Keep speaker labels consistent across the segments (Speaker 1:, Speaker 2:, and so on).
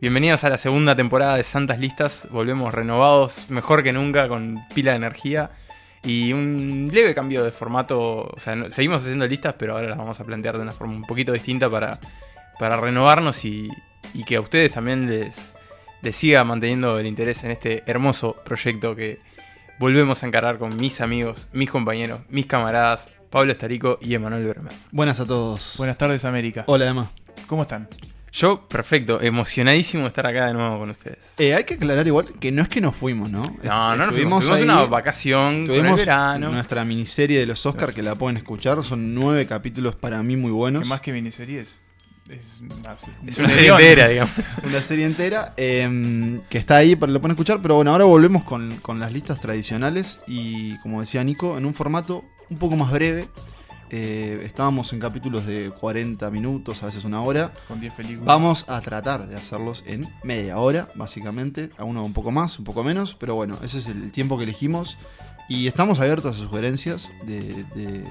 Speaker 1: Bienvenidos a la segunda temporada de Santas Listas. Volvemos renovados, mejor que nunca, con pila de energía. Y un leve cambio de formato. O sea, no- seguimos haciendo listas, pero ahora las vamos a plantear de una forma un poquito distinta para, para renovarnos y, y que a ustedes también les, les siga manteniendo el interés en este hermoso proyecto que volvemos a encarar con mis amigos, mis compañeros, mis camaradas, Pablo Estarico y Emanuel Bermer.
Speaker 2: Buenas a todos.
Speaker 3: Buenas tardes, América.
Speaker 2: Hola, Emma.
Speaker 3: ¿Cómo están?
Speaker 1: Yo, perfecto, emocionadísimo de estar acá de nuevo con ustedes.
Speaker 2: Eh, hay que aclarar igual que no es que nos fuimos, ¿no?
Speaker 1: No, no nos fuimos.
Speaker 2: Estuvimos
Speaker 1: Tuvimos
Speaker 2: ahí,
Speaker 1: una vacación, tuvimos
Speaker 2: tuvimos
Speaker 1: verano.
Speaker 2: nuestra miniserie de los Oscars que la pueden escuchar. Son nueve capítulos para mí muy
Speaker 3: Que
Speaker 2: buenos.
Speaker 3: más que miniseries. Es una,
Speaker 1: Es una serie entera, digamos.
Speaker 2: Una serie entera eh, que está ahí para la pueden escuchar. Pero bueno, ahora volvemos con, con las listas tradicionales y, como decía Nico, en un formato un poco más breve. Eh, estábamos en capítulos de 40 minutos, a veces una hora.
Speaker 3: Con 10 películas.
Speaker 2: Vamos a tratar de hacerlos en media hora, básicamente. A uno un poco más, un poco menos, pero bueno, ese es el tiempo que elegimos. Y estamos abiertos a sugerencias. De, de-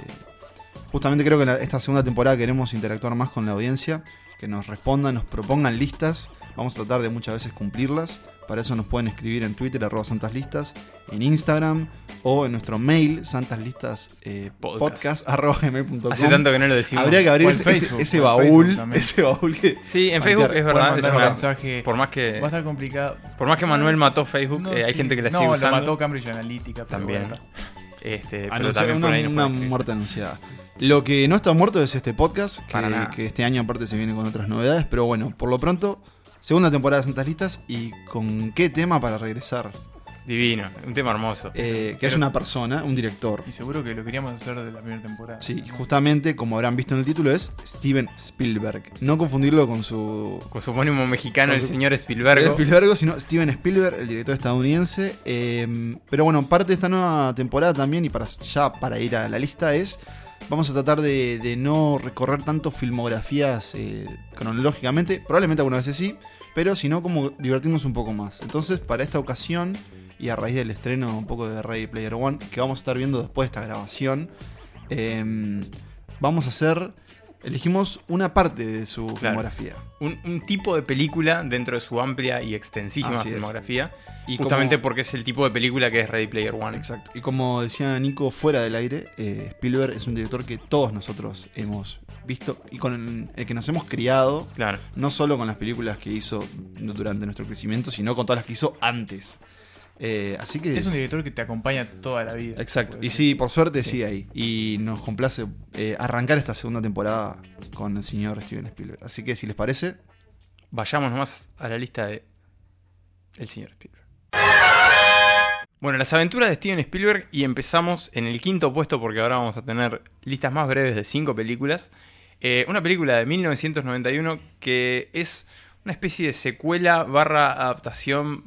Speaker 2: Justamente creo que en la- esta segunda temporada queremos interactuar más con la audiencia, que nos respondan, nos propongan listas. Vamos a tratar de muchas veces cumplirlas. Para eso nos pueden escribir en Twitter, arroba santaslistas, en Instagram o en nuestro mail, eh, santaslistaspodcast.com.
Speaker 1: Podcast. Hace
Speaker 2: gmail.com
Speaker 1: tanto que no lo decimos.
Speaker 2: Habría que abrir
Speaker 3: O en
Speaker 2: ese, ese-
Speaker 3: Facebook,
Speaker 2: ese
Speaker 3: o en
Speaker 2: baúl,
Speaker 3: Facebook también.
Speaker 2: ese baúl que...
Speaker 1: Sí, en
Speaker 2: Plantear.
Speaker 1: Facebook es
Speaker 2: Pueden
Speaker 1: verdad.
Speaker 3: Pueden
Speaker 1: es
Speaker 3: mandar un
Speaker 1: una-
Speaker 3: mensaje.
Speaker 1: por más que
Speaker 3: Va a estar complicado.
Speaker 1: por más que Manuel mató Facebook,
Speaker 3: No,
Speaker 1: eh, hay
Speaker 3: sí.
Speaker 1: gente que la
Speaker 3: no,
Speaker 1: sigue
Speaker 3: lo
Speaker 1: usando.
Speaker 3: mató Cambridge Analytica. pero
Speaker 1: También.
Speaker 3: bueno.
Speaker 1: Este, pero
Speaker 2: Anunciar
Speaker 1: también por ahí nos
Speaker 2: Ah, una, una
Speaker 1: pueden escribir.
Speaker 2: muerte anunciada. Lo que no está muerto es este podcast,
Speaker 1: Para nada.
Speaker 2: que, que este año aparte se viene con otras novedades, pero bueno, por lo pronto, segunda temporada de Santas Listas y con qué tema para regresar,
Speaker 1: Divino, un tema hermoso.
Speaker 2: Eh, que es
Speaker 3: Pero-
Speaker 2: una persona, un director.
Speaker 3: Y seguro que lo queríamos hacer de la primera temporada.
Speaker 2: Sí, y justamente como habrán visto en el título es Steven Spielberg. No confundirlo con su...
Speaker 1: Con su homónimo mexicano,
Speaker 2: Con
Speaker 1: el
Speaker 2: su-
Speaker 1: señor Spielberg.
Speaker 2: Spielberg, sino Steven Spielberg, el director estadounidense. Eh, pero bueno, parte de esta nueva temporada también, y para ya para ir a la lista, es. Vamos a tratar de, de no recorrer tanto filmografías eh, cronológicamente. Probablemente algunas veces sí, pero si no, como divertirnos un poco más. Entonces, para esta ocasión, y a raíz del estreno un poco de Ready Player One, que vamos a estar viendo después de esta grabación, eh, vamos a hacer. Elegimos una parte de su filmografía.
Speaker 1: Un, un tipo de película dentro de su amplia y extensísima
Speaker 2: Así es.
Speaker 1: filmografía.
Speaker 2: Y como-
Speaker 1: justamente porque es el tipo de película que es Ready Player One.
Speaker 2: Exacto. Y como decía Nico fuera del aire, eh, Spielberg es un director que todos nosotros hemos visto y con el, el que nos hemos criado,
Speaker 1: Claro.
Speaker 2: no solo con las películas que hizo durante nuestro crecimiento, sino con todas las que hizo antes. Eh, así que...
Speaker 3: Es un director que te acompaña toda la vida.
Speaker 2: Exacto.
Speaker 3: puede
Speaker 2: Y
Speaker 3: ser.
Speaker 2: sí, por suerte sigue ahí. Y nos complace eh, arrancar esta segunda temporada con el señor Steven Spielberg. Así que si les parece,
Speaker 1: Vayamos nomás a la lista de el señor Spielberg. Bueno, las aventuras de Steven Spielberg y empezamos en el quinto puesto porque ahora vamos a tener listas más breves de cinco películas. Eh, una película de 1991 que es una especie de secuela barra adaptación.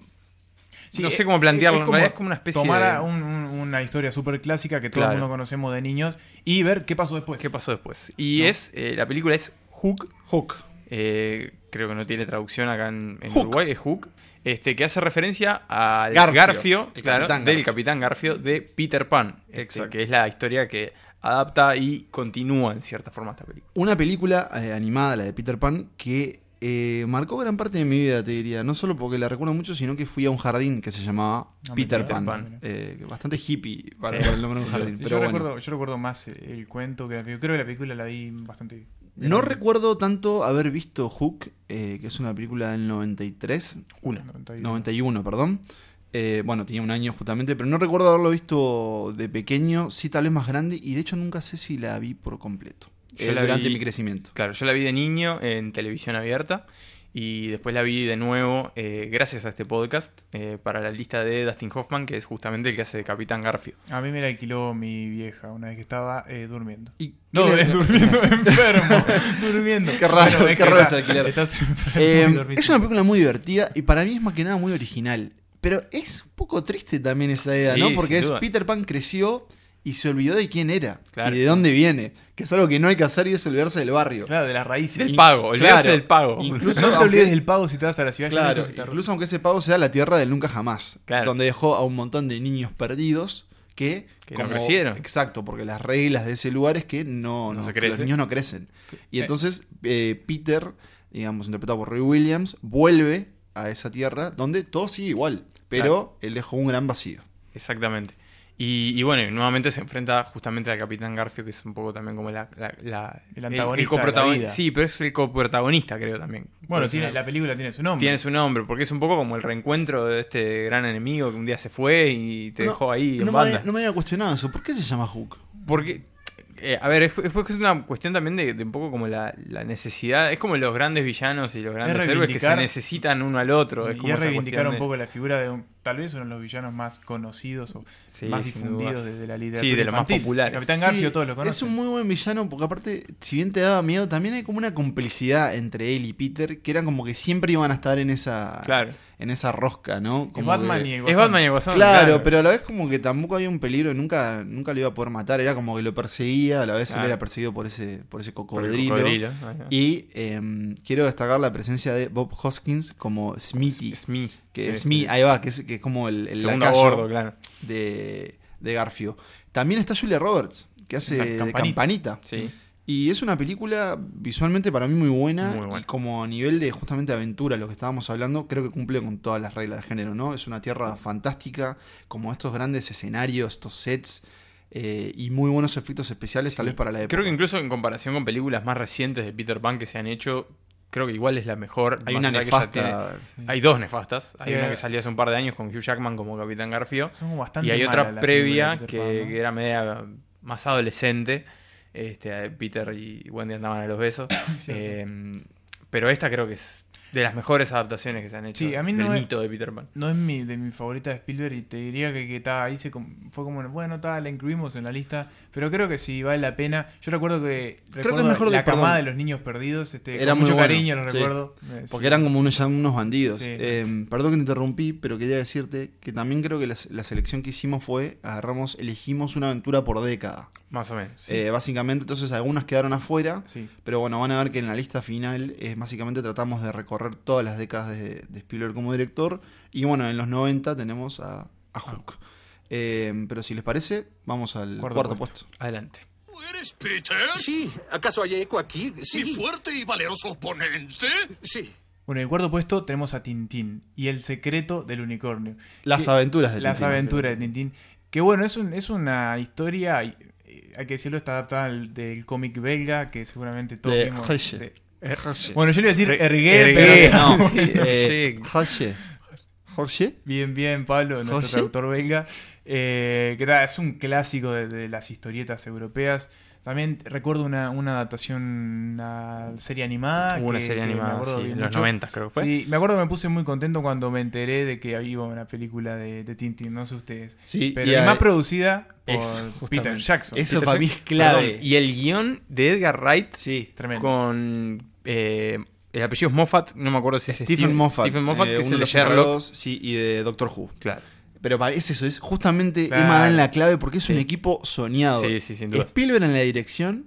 Speaker 3: Sí,
Speaker 1: no
Speaker 3: es-
Speaker 1: sé cómo plantearlo,
Speaker 3: es
Speaker 1: en realidad es como una especie
Speaker 3: tomar
Speaker 1: de...
Speaker 3: a un- un- una historia súper clásica que todo
Speaker 1: Claro.
Speaker 3: el mundo conocemos de niños y ver qué pasó después.
Speaker 1: ¿Qué pasó después? Y
Speaker 3: ¿No?
Speaker 1: es eh, la película es Hook. Hook. creo que no tiene traducción acá en, en
Speaker 2: Hook.
Speaker 1: Uruguay, es Hook. Este, que hace referencia al Garfio,
Speaker 2: Garfio, el
Speaker 1: claro,
Speaker 2: Capitán
Speaker 1: del
Speaker 2: Garfio.
Speaker 1: Capitán Garfio de Peter Pan. este,
Speaker 2: Exacto.
Speaker 1: que es la historia que adapta y continúa en cierta forma esta película.
Speaker 2: Una película eh, animada, la de Peter Pan, que eh, marcó gran parte de mi vida, te diría. No solo porque la recuerdo mucho, sino que fui a un jardín que se llamaba
Speaker 3: Ah,
Speaker 2: Peter,
Speaker 3: mira.
Speaker 2: Pan.
Speaker 1: Pan.
Speaker 2: Eh, bastante hippie para,
Speaker 1: Sí.
Speaker 2: para el nombre de un jardín.
Speaker 3: Sí,
Speaker 2: pero
Speaker 3: yo,
Speaker 2: bueno.
Speaker 3: recuerdo, yo recuerdo más eh, el cuento que la película. Creo que la película la vi bastante.
Speaker 2: No recuerdo tanto haber visto Hook, eh, que es una película del 93,
Speaker 3: Una. 91.
Speaker 2: 91, perdón. Eh, bueno, tenía un año justamente, pero no recuerdo haberlo visto de pequeño, sí tal vez más grande, y de hecho nunca sé si la vi por completo.
Speaker 1: Yo
Speaker 2: eh,
Speaker 1: la
Speaker 2: durante
Speaker 1: vi-
Speaker 2: mi crecimiento.
Speaker 1: Claro, yo la vi de niño en televisión abierta y después la vi de nuevo eh, gracias a este podcast eh, para la lista de Dustin Hoffman, que es justamente el que hace de Capitán Garfio.
Speaker 3: A mí me la alquiló mi vieja una vez que estaba eh, durmiendo.
Speaker 2: ¿Y
Speaker 3: No,
Speaker 2: qué le-
Speaker 3: eh, durmiendo, enfermo. durmiendo.
Speaker 2: Qué raro,
Speaker 3: Bueno, es
Speaker 2: qué
Speaker 3: que
Speaker 2: raro
Speaker 3: está-
Speaker 2: ese alquiler.
Speaker 3: Estás enfermo.
Speaker 2: Eh,
Speaker 3: y dormís.
Speaker 2: es una película muy divertida y para mí es más que nada muy original. Pero es un poco triste también esa idea,
Speaker 1: Sí,
Speaker 2: ¿no? Porque
Speaker 1: sin
Speaker 2: es
Speaker 1: duda.
Speaker 2: Peter Pan creció y se olvidó de quién era
Speaker 1: Claro.
Speaker 2: y de dónde viene. Que es algo que no hay que hacer y es olvidarse del barrio.
Speaker 3: Claro, de las raíces.
Speaker 1: Del pago, olvidarse
Speaker 2: claro.
Speaker 1: del pago.
Speaker 2: Incluso,
Speaker 3: No te
Speaker 2: aunque-
Speaker 3: olvides del pago si te vas a la ciudad.
Speaker 2: Claro,
Speaker 3: Incluso si te arru-
Speaker 2: incluso aunque ese pago sea la tierra del nunca jamás,
Speaker 1: Claro.
Speaker 2: donde dejó a un montón de niños perdidos que,
Speaker 1: Que no crecieron.
Speaker 2: Exacto, porque las reglas de ese lugar es que no,
Speaker 1: No
Speaker 2: no-
Speaker 1: se
Speaker 2: que los
Speaker 1: crece.
Speaker 2: niños no crecen. Y
Speaker 3: Eh.
Speaker 2: entonces eh, Peter, digamos, interpretado por Roy Williams, vuelve a esa tierra donde todo sigue igual, pero él dejó un gran vacío.
Speaker 1: Exactamente. Y, y bueno, y nuevamente se enfrenta justamente al Capitán Garfio, que es un poco también como la, la- la-
Speaker 3: El antagonista de la
Speaker 1: coprotagoni-
Speaker 3: vida.
Speaker 1: Sí, pero es el coprotagonista, creo también.
Speaker 3: Bueno,
Speaker 1: Por
Speaker 3: tiene,
Speaker 1: eso-
Speaker 3: la película tiene su nombre.
Speaker 1: tiene su nombre, porque es un poco como el reencuentro de este gran enemigo que un día se fue y te
Speaker 2: No,
Speaker 1: dejó ahí
Speaker 2: no
Speaker 1: en
Speaker 2: me,
Speaker 1: banda.
Speaker 2: había- no me había cuestionado eso. ¿Por qué se llama Hook?
Speaker 1: Porque, eh, a ver, es, es es una cuestión también de, de un poco como la, la necesidad. Es como los grandes villanos y los grandes héroes que se
Speaker 3: reivindicar-
Speaker 1: necesitan uno al otro. Es como
Speaker 3: y es
Speaker 1: esa
Speaker 3: reivindicar
Speaker 1: cuestión
Speaker 3: un
Speaker 1: de-
Speaker 3: poco la figura de un- tal vez uno de los villanos más conocidos o
Speaker 1: Sí,
Speaker 3: más
Speaker 1: sin
Speaker 3: difundidos
Speaker 1: dudas.
Speaker 3: desde la literatura.
Speaker 1: Sí, de los más
Speaker 3: infantil.
Speaker 1: populares.
Speaker 3: Capitán
Speaker 2: Sí,
Speaker 3: Garfio, todos lo conocen.
Speaker 2: Es un muy buen villano porque aparte, si bien te daba miedo, también hay como una complicidad entre él y Peter, que eran como que siempre iban a estar en esa,
Speaker 1: Claro.
Speaker 2: en esa rosca, ¿no?
Speaker 3: Y
Speaker 2: Como
Speaker 3: Batman
Speaker 2: que-
Speaker 3: y el
Speaker 1: Es
Speaker 3: Guasón.
Speaker 1: Batman y el Guasón,
Speaker 2: Claro, pero a la vez como que tampoco había un peligro, nunca, nunca lo iba a poder matar, era como que lo perseguía, a la vez él
Speaker 1: Ah.
Speaker 2: era perseguido por ese, por ese
Speaker 1: Por el
Speaker 2: cocodrilo.
Speaker 1: cocodrilo, ajá.
Speaker 2: Y em, quiero destacar la presencia de Bob Hoskins como Smithy,
Speaker 1: Smee.
Speaker 2: que
Speaker 1: Este,
Speaker 2: Smee, ahí va, que es, que es como el, el
Speaker 1: segundo
Speaker 2: lacayo
Speaker 1: gordo, claro.
Speaker 2: de, de Garfio. También está Julia Roberts, que hace
Speaker 3: Esa
Speaker 2: de
Speaker 3: campanita.
Speaker 2: campanita.
Speaker 1: Sí.
Speaker 2: Y es una película visualmente para mí muy buena,
Speaker 1: Muy buena.
Speaker 2: Y como a nivel de justamente aventura, lo que estábamos hablando, creo que cumple con todas las reglas de género, ¿no? Es una tierra fantástica, como estos grandes escenarios, estos sets. eh, y muy buenos efectos especiales, tal vez para la época.
Speaker 1: Creo que incluso en comparación con películas más recientes de Peter Pan que se han hecho, creo que igual es la mejor.
Speaker 2: hay
Speaker 1: más
Speaker 2: una
Speaker 1: allá que ya tiene-
Speaker 2: nefasta.
Speaker 1: Hay dos nefastas. Hay
Speaker 3: Sí.
Speaker 1: una que salió hace un par de años con Hugh Jackman como Capitán Garfio.
Speaker 3: Son como bastante
Speaker 1: Y hay
Speaker 3: malas
Speaker 1: otra
Speaker 3: las
Speaker 1: previa
Speaker 3: películas de
Speaker 1: que,
Speaker 3: Peter Pan, ¿no?
Speaker 1: que era media más adolescente. Este, Peter y Wendy andaban a los besos. Eh, pero esta creo que es de las mejores adaptaciones que se han hecho
Speaker 3: Sí, a mí
Speaker 1: del
Speaker 3: no es-
Speaker 1: mito de Peter Pan.
Speaker 3: No es mi, de mi favorita de Spielberg y te diría que, que ta, ahí se com- fue como, bueno, ta, la incluimos en la lista, pero creo que sí vale la pena. Yo recuerdo que, recuerdo
Speaker 2: es mejor
Speaker 3: la
Speaker 2: de-
Speaker 3: camada
Speaker 2: perdón.
Speaker 3: de los niños perdidos, este,
Speaker 2: Era
Speaker 3: con
Speaker 2: muy
Speaker 3: mucho
Speaker 2: bueno,
Speaker 3: cariño los
Speaker 2: sí.
Speaker 3: recuerdo. Eh, sí.
Speaker 2: Porque eran como unos, ya unos bandidos.
Speaker 3: Sí.
Speaker 2: Eh, perdón que te interrumpí, pero quería decirte que también creo que la, la selección que hicimos fue, agarramos, elegimos una aventura por década.
Speaker 1: Más o menos.
Speaker 2: Eh, básicamente, entonces algunas quedaron afuera,
Speaker 3: Sí.
Speaker 2: pero bueno, van a ver que en la lista final es básicamente tratamos de recorrer todas las décadas de, de Spielberg como director. Y bueno, en los 90 tenemos a, a Hook. Eh, pero si les parece, vamos al
Speaker 3: Ah. Cuarto
Speaker 2: cuarto,
Speaker 3: puesto.
Speaker 2: puesto.
Speaker 1: Adelante.
Speaker 4: ¿Tú ¿Eres Peter?
Speaker 5: Sí, ¿acaso hay eco aquí? Sí.
Speaker 4: ¿Mi fuerte y valeroso oponente?
Speaker 5: Sí.
Speaker 3: Bueno, en el cuarto puesto tenemos a Tintín y el secreto del unicornio.
Speaker 2: Las
Speaker 3: Que-
Speaker 2: aventuras Ah, de
Speaker 3: Las
Speaker 2: Tintín.
Speaker 3: aventuras de Tintín. Que bueno, es, un, es una historia, y, eh, hay que decirlo, está adaptada al- del cómic belga, que seguramente todos
Speaker 2: De
Speaker 3: vimos.
Speaker 2: Reyes.
Speaker 3: de-
Speaker 2: Jorge.
Speaker 3: bueno, yo le iba a decir
Speaker 1: Re-
Speaker 3: Ergué,
Speaker 1: Ergué,
Speaker 3: pero...
Speaker 2: No,
Speaker 1: Sí,
Speaker 2: eh,
Speaker 1: sí.
Speaker 2: Jorge. Jorge.
Speaker 3: Bien, bien, Pablo, nuestro
Speaker 2: ¿Jorge?
Speaker 3: traductor belga. Eh, que nada, es un clásico de, de las historietas europeas. También recuerdo una, una adaptación, una serie animada.
Speaker 1: Hubo una
Speaker 3: Ah, que-
Speaker 1: serie
Speaker 3: que me
Speaker 1: animada
Speaker 3: acuerdo
Speaker 1: sí,
Speaker 3: bien
Speaker 1: en los
Speaker 3: mucho.
Speaker 1: 90 creo que fue.
Speaker 3: Sí, me acuerdo que me puse muy contento cuando me enteré de que había una película de, de Tintín, no sé ustedes.
Speaker 2: Sí,
Speaker 3: Pero
Speaker 2: y
Speaker 3: y
Speaker 2: a-
Speaker 3: más producida por
Speaker 1: Eso,
Speaker 3: Peter
Speaker 1: justamente.
Speaker 3: Jackson.
Speaker 2: Eso
Speaker 1: Peter
Speaker 2: para mí es
Speaker 1: Jackson.
Speaker 2: clave.
Speaker 1: Perdón, Y el guión de Edgar Wright
Speaker 2: Sí.
Speaker 3: Tremendo.
Speaker 1: con... eh, el apellido es Moffat, no me acuerdo si es
Speaker 2: Stephen Moffat.
Speaker 1: Stephen Moffat,
Speaker 2: eh,
Speaker 1: que es
Speaker 2: uno
Speaker 1: el de
Speaker 2: los
Speaker 1: Sherlock.
Speaker 2: encargados, Sí, y de Doctor Who.
Speaker 1: Claro.
Speaker 2: Pero pa- es eso, es justamente
Speaker 3: Claro.
Speaker 2: Emma dan la clave porque es un
Speaker 1: Sí.
Speaker 2: equipo soñado.
Speaker 1: Sí, sí, sin duda.
Speaker 2: Spielberg en la dirección,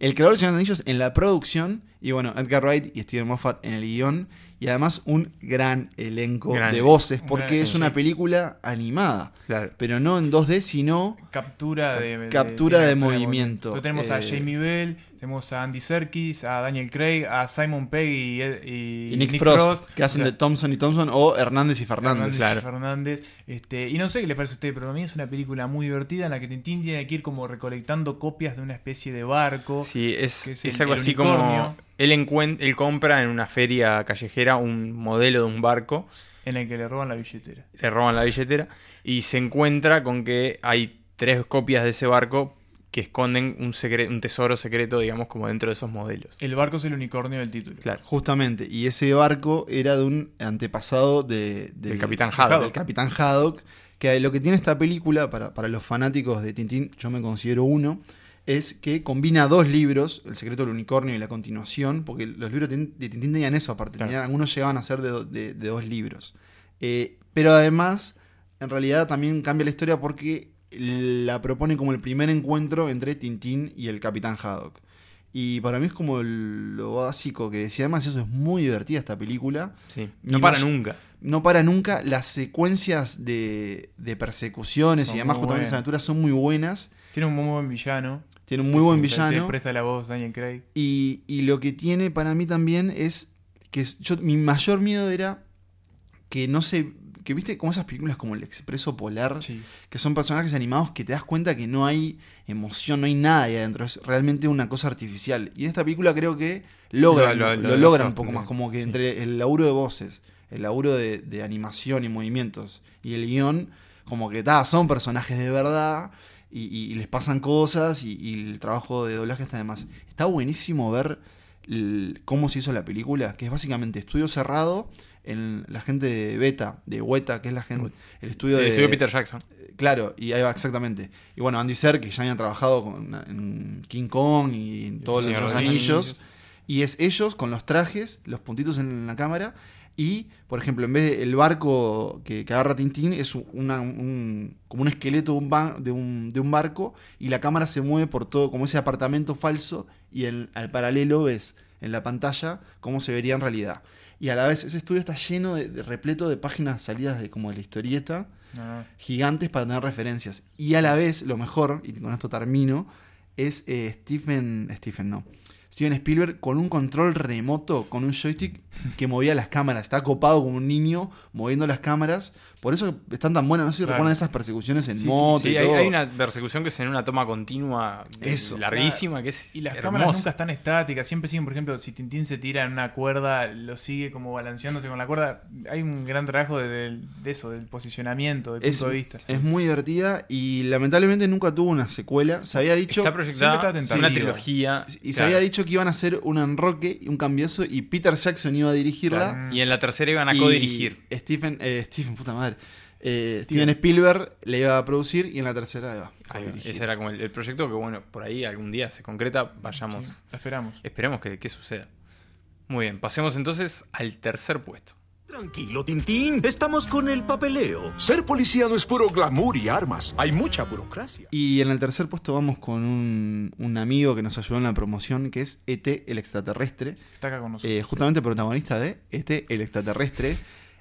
Speaker 2: el creador de Señor de los Anillos en la producción, y bueno, Edgar Wright y Steven Moffat en el guión, y además un gran elenco
Speaker 1: Gran
Speaker 2: de
Speaker 1: elenco.
Speaker 2: voces,
Speaker 3: Un
Speaker 2: porque
Speaker 3: gran
Speaker 2: es
Speaker 3: elenco,
Speaker 2: una
Speaker 3: sí.
Speaker 2: película animada,
Speaker 1: Claro.
Speaker 2: pero no en 2D, sino
Speaker 3: Captura de, de-
Speaker 2: captura de movimiento.
Speaker 3: Entonces tenemos a
Speaker 2: Eh,
Speaker 3: Jamie Bell, tenemos a Andy Serkis, a Daniel Craig, a Simon Pegg y, Ed- y
Speaker 2: y Nick, Frost, que hacen
Speaker 3: O sea,
Speaker 2: de Thompson y Thompson o Hernández y Fernández.
Speaker 3: Fernández, y Fernández. Este, y no sé qué les parece a ustedes, pero a mí es una película muy divertida en la que Tintín tiene que ir como recolectando copias de una especie de barco.
Speaker 1: Sí, es,
Speaker 3: que es
Speaker 1: es
Speaker 3: el-
Speaker 1: algo
Speaker 3: el
Speaker 1: así
Speaker 3: unicornio.
Speaker 1: como. Él, encuen- él compra en una feria callejera un modelo de un barco,
Speaker 3: en el que le roban la billetera.
Speaker 1: le roban la billetera y se encuentra con que hay tres copias de ese barco que esconden un, secre- un tesoro secreto, digamos, como dentro de esos modelos.
Speaker 3: El barco es el unicornio del título.
Speaker 1: Claro.
Speaker 2: Justamente, y ese barco era de un antepasado de,
Speaker 1: Del Capitán Haddock.
Speaker 2: del Capitán Haddock, que lo que tiene esta película, para, para los fanáticos de Tintín, yo me considero uno, es que combina dos libros, El secreto del unicornio y la continuación, porque los libros de de Tintín tenían eso aparte,
Speaker 1: Claro.
Speaker 2: tenían- algunos llegaban a ser de, do- de- de dos libros. Eh, pero además, en realidad también cambia la historia porque la propone como el primer encuentro entre Tintín y el Capitán Haddock. Y para mí es como el- lo básico que decía. Además, eso es muy divertida esta película.
Speaker 1: Sí.
Speaker 2: Ni
Speaker 1: No para
Speaker 2: más-
Speaker 1: nunca.
Speaker 2: No para nunca. Las secuencias de, de persecuciones
Speaker 3: Son
Speaker 2: y además
Speaker 3: muy
Speaker 2: justamente
Speaker 3: buenas.
Speaker 2: esas aventuras son muy buenas.
Speaker 3: Tiene un muy buen villano.
Speaker 2: Tiene un muy buen
Speaker 3: Que se-
Speaker 2: villano.
Speaker 3: te Presta la voz Daniel Craig.
Speaker 2: Y, y lo que tiene para mí también es que es- yo, mi mayor miedo era que no se. que viste como esas películas como El Expreso Polar,
Speaker 3: Sí.
Speaker 2: que son personajes animados que te das cuenta que no hay emoción, no hay nada ahí adentro, es realmente una cosa artificial. Y en esta película creo que logran,
Speaker 1: Lo-
Speaker 2: lo,
Speaker 1: lo- lo-
Speaker 2: logran
Speaker 1: lo-
Speaker 2: un poco más, como que entre el laburo de voces, el laburo de, de animación y movimientos y el guión, como que ta, son personajes de verdad. Y, y- y les pasan cosas y, y el trabajo de doblaje está además. Está buenísimo ver el- cómo se hizo la película, que es básicamente estudio cerrado en la gente de Beta, de Weta, que es la gente, el estudio
Speaker 1: El
Speaker 2: de
Speaker 1: estudio Peter Jackson.
Speaker 2: Claro, y ahí va exactamente. Y bueno, Andy Serkis que ya habían trabajado con- en King Kong y en todos
Speaker 1: Señor
Speaker 2: los
Speaker 1: de los Anillos.
Speaker 2: anillos. Y es ellos con los trajes, los puntitos en la cámara. Y, por ejemplo, en vez del barco que, que agarra Tintín, es una- un, como un esqueleto de un, ba- de, un, de un barco. Y la cámara se mueve por todo, como ese apartamento falso. Y el- al paralelo ves en la pantalla cómo se vería en realidad. Y a la vez, ese estudio está lleno, de, de- repleto de páginas salidas de como de la historieta
Speaker 3: No,
Speaker 2: gigantes para tener referencias. Y a la vez, lo mejor, y con esto termino, es eh, Stephen. Stephen, no. Steven Spielberg con un control remoto, con un joystick que movía las cámaras. Está copado como un niño moviendo las cámaras. Por eso están tan buenas. No sé si
Speaker 3: Claro.
Speaker 2: recuerdan esas persecuciones en
Speaker 3: Sí, sí,
Speaker 2: moto. y
Speaker 1: Sí, hay,
Speaker 2: todo.
Speaker 1: hay una persecución que es en una toma continua eh,
Speaker 2: Eso,
Speaker 1: larguísima que es
Speaker 3: Y las
Speaker 1: hermosa.
Speaker 3: cámaras nunca están estáticas, siempre siguen, por ejemplo, si Tintín se tira en una cuerda, lo sigue como balanceándose con la cuerda. Hay un gran trabajo de, de- de eso, del posicionamiento, del
Speaker 2: Es,
Speaker 3: punto de vista.
Speaker 2: es muy divertida y lamentablemente nunca tuvo una secuela. Se había dicho.
Speaker 1: Está
Speaker 3: Siempre
Speaker 1: proyectada
Speaker 3: está
Speaker 1: una
Speaker 3: tentativa.
Speaker 1: trilogía.
Speaker 2: Y se
Speaker 1: claro.
Speaker 2: había dicho que iban a hacer un enroque y un cambiazo y Peter Jackson iba a dirigirla.
Speaker 3: Claro.
Speaker 1: Y en la tercera iban a
Speaker 2: y
Speaker 1: codirigir.
Speaker 2: Stephen, eh, Stephen, puta madre. Eh, Steven Spielberg le iba a producir y en la tercera iba a
Speaker 1: Ahí va.
Speaker 2: codirigir.
Speaker 1: Ese era como el, el proyecto que, bueno, por ahí algún día se concreta, vayamos.
Speaker 3: Sí, lo esperamos.
Speaker 1: Esperemos que, que suceda. Muy bien, pasemos entonces al tercer puesto.
Speaker 6: Tranquilo, Tintín. Estamos con el papeleo.
Speaker 4: Ser policía no es puro glamour y armas. Hay mucha burocracia.
Speaker 2: Y en el tercer puesto vamos con un, un amigo que nos ayudó en la promoción, que es ET el extraterrestre,
Speaker 3: Está acá con nosotros.
Speaker 2: eh, justamente protagonista de ET el extraterrestre,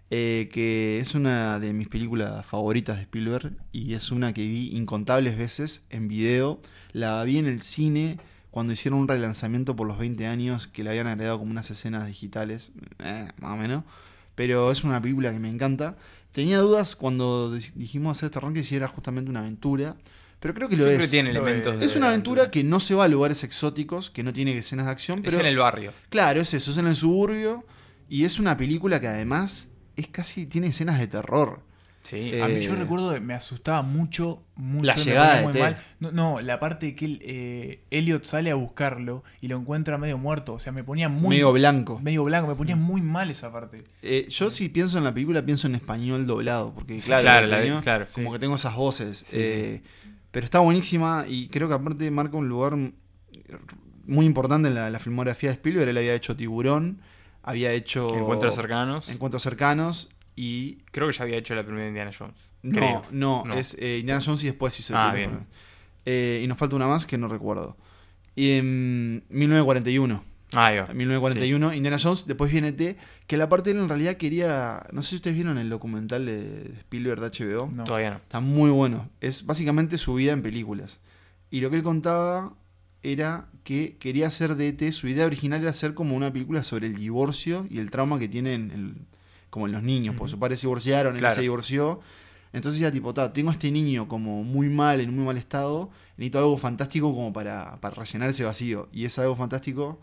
Speaker 2: eh, que es una de mis películas favoritas de Spielberg y es una que vi incontables veces en video. La vi en el cine cuando hicieron un relanzamiento por los 20 años que le habían agregado como unas escenas digitales, eh, más o menos. Pero es una película que me encanta. Tenía dudas cuando dij- dijimos hacer este ranking si era justamente una aventura, pero creo que lo
Speaker 1: Siempre
Speaker 2: es.
Speaker 1: tiene
Speaker 3: lo
Speaker 1: elementos.
Speaker 3: es.
Speaker 1: de-
Speaker 2: Es una aventura que no se va a lugares exóticos, que no tiene escenas de acción,
Speaker 1: Es
Speaker 2: pero
Speaker 1: en el barrio.
Speaker 2: Claro, es eso, es en el suburbio. Y es una película que además es casi. tiene escenas de terror.
Speaker 1: Sí.
Speaker 2: eh,
Speaker 3: A mí yo recuerdo, que me asustaba mucho, mucho.
Speaker 2: La
Speaker 3: me
Speaker 2: llegada de
Speaker 3: ponía muy
Speaker 2: T.
Speaker 3: mal. No, no, la parte que el, eh, Elliot sale a buscarlo y lo encuentra medio muerto. O sea, me ponía muy...
Speaker 2: medio blanco.
Speaker 3: medio blanco, me ponía muy mal esa parte.
Speaker 2: Eh, yo si pienso en la película, pienso en español doblado. Porque
Speaker 1: Sí,
Speaker 2: claro,
Speaker 1: claro,
Speaker 2: en
Speaker 1: la de-
Speaker 2: español
Speaker 1: claro,
Speaker 2: como
Speaker 1: sí.
Speaker 2: que tengo esas voces. eh, Pero está buenísima y creo que aparte marca un lugar m- muy importante en la, la filmografía de Spielberg. Él había hecho Tiburón, había hecho.
Speaker 1: Encuentros cercanos.
Speaker 2: Encuentros cercanos y
Speaker 1: Creo que ya había hecho la primera Indiana Jones.
Speaker 2: No,
Speaker 1: creo.
Speaker 2: no,
Speaker 1: No.
Speaker 2: es eh, Indiana Jones y después hizo el
Speaker 1: Ah,
Speaker 2: Pirata
Speaker 1: bien.
Speaker 2: Ronan. Eh, y nos falta una más que no recuerdo. Y em, en 1941.
Speaker 1: Ah, ahí va.
Speaker 2: En 1941, Indiana Jones, después viene T, que la parte de él en realidad quería. No sé si ustedes vieron el documental de de Spielberg de HBO.
Speaker 3: No.
Speaker 1: Todavía no.
Speaker 2: Está muy bueno. Es básicamente su vida en películas. Y lo que él contaba era que quería hacer de ET, su idea original era hacer como una película sobre el divorcio y el trauma que tienen el- como en los niños, porque sus padres se divorciaron, él
Speaker 1: Claro.
Speaker 2: se divorció. Entonces era tipo, "Ta, tengo a este niño como muy mal, en muy mal estado, necesito algo fantástico como para, para rellenar ese vacío. Y ese algo fantástico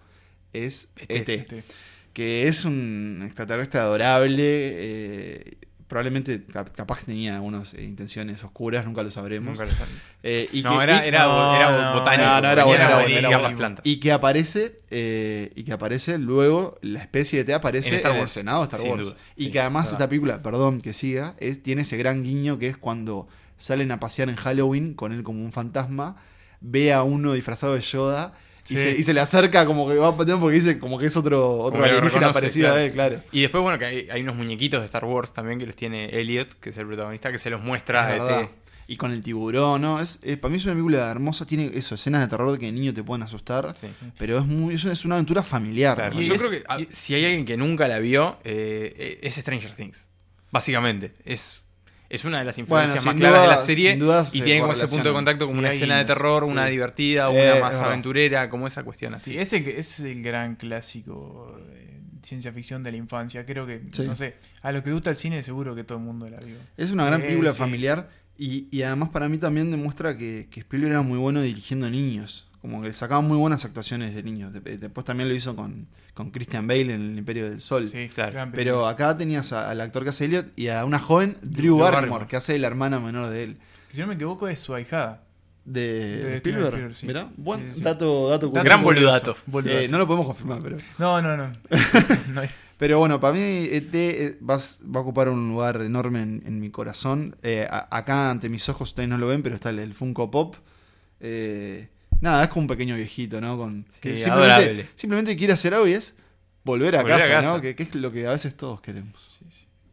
Speaker 2: es E
Speaker 1: ET.
Speaker 2: ET
Speaker 3: Este,
Speaker 2: que es un extraterrestre adorable. eh, probablemente cap- capaz tenía algunas eh, intenciones oscuras, nunca lo sabremos.
Speaker 1: Nunca lo sabré.
Speaker 2: Eh, y
Speaker 1: No,
Speaker 2: que,
Speaker 1: era,
Speaker 2: y-
Speaker 1: era,
Speaker 3: no,
Speaker 1: era
Speaker 3: no,
Speaker 1: botánico.
Speaker 2: no, no
Speaker 1: venía
Speaker 2: era botánico,
Speaker 1: a
Speaker 2: era
Speaker 1: limpiar las
Speaker 3: buenísimo.
Speaker 1: plantas.
Speaker 2: y que aparece, eh, y que aparece luego, la especie de T aparece
Speaker 1: En
Speaker 2: en,
Speaker 1: Star
Speaker 2: el
Speaker 1: Wars,
Speaker 2: Senado de Star
Speaker 1: sin
Speaker 2: Wars.
Speaker 1: dudas,
Speaker 2: y
Speaker 1: sí,
Speaker 2: que además
Speaker 1: verdad.
Speaker 2: esta película, perdón que siga, es, tiene ese gran guiño que es cuando salen a pasear en Halloween con él como un fantasma, ve a uno disfrazado de Yoda. Y,
Speaker 3: Sí.
Speaker 2: se, y se le acerca como que va a patear porque dice como que es otro, otro
Speaker 1: Como que lo
Speaker 2: alienígena
Speaker 1: reconoce,
Speaker 2: parecido
Speaker 1: claro.
Speaker 2: a él, claro.
Speaker 1: Y después, bueno, que hay, hay unos muñequitos de Star Wars también que los tiene Elliot, que es el protagonista, que se los muestra
Speaker 2: Es
Speaker 1: a
Speaker 2: verdad.
Speaker 1: ET.
Speaker 2: Y con el tiburón, ¿no? Es, es- para mí es una película hermosa, tiene eso, escenas de terror que niños te pueden asustar.
Speaker 1: Sí.
Speaker 2: Pero es muy es, una- es una aventura familiar.
Speaker 1: Claro,
Speaker 2: ¿no?
Speaker 1: yo
Speaker 2: Es-
Speaker 1: creo que ah, si hay alguien que nunca la vio, eh, es Stranger Things. Básicamente. Es, es una de las influencias
Speaker 2: sin
Speaker 1: más claras de la
Speaker 2: duda-
Speaker 1: serie.
Speaker 2: sin duda
Speaker 1: y
Speaker 2: se
Speaker 1: tiene como ese
Speaker 2: correlacionan.
Speaker 1: punto de contacto como
Speaker 3: Sí,
Speaker 1: una
Speaker 3: hay
Speaker 1: escena de
Speaker 3: guiños,
Speaker 1: terror,
Speaker 2: sí.
Speaker 1: una divertida,
Speaker 2: Eh,
Speaker 1: una
Speaker 2: es
Speaker 1: más
Speaker 2: verdad.
Speaker 1: aventurera, como esa cuestión así.
Speaker 3: Sí, ese que- es el gran clásico. eh, ciencia ficción de la infancia. Creo que,
Speaker 2: Sí.
Speaker 3: no sé, a los que gusta el cine seguro que todo el mundo la vio.
Speaker 2: Es una gran
Speaker 3: Eh,
Speaker 2: película
Speaker 3: sí.
Speaker 2: familiar y, y además para mí también demuestra que, que Spielberg era muy bueno dirigiendo niños. Como que sacaba muy buenas actuaciones de niños. De- Después también lo hizo con, con Christian Bale en El Imperio del Sol.
Speaker 3: Sí,
Speaker 1: Eh, claro.
Speaker 3: gran película.
Speaker 2: Pero acá tenías a- al actor que hace Elliot y a una joven, Drew
Speaker 1: Drew
Speaker 2: Barrymore,
Speaker 1: Barrymore.
Speaker 2: que hace de la hermana menor de él.
Speaker 3: Si no me equivoco, es su ahijada.
Speaker 2: De,
Speaker 3: Steven
Speaker 2: Spielberg.
Speaker 3: Spielberg, sí.
Speaker 2: Mirá, buen
Speaker 3: Sí, sí.
Speaker 2: dato, dato curioso.
Speaker 1: Gran boludato.
Speaker 3: Boludato.
Speaker 2: Eh, no lo podemos confirmar, pero.
Speaker 3: No, no, no. No hay-
Speaker 2: Pero bueno, para mí ET eh, va, a s- va a ocupar un lugar enorme en, en mi corazón. Eh, a- acá ante mis ojos ustedes no lo ven, pero está el, el Funko Pop. Eh, nada, es como un pequeño viejito, ¿no? Con, que
Speaker 1: Sí,
Speaker 2: simplemente,
Speaker 1: adorable.
Speaker 2: simplemente quiere hacer algo y es volver a,
Speaker 1: Volver a
Speaker 2: casa,
Speaker 1: casa.
Speaker 2: ¿no? Que, que es lo que a veces todos queremos.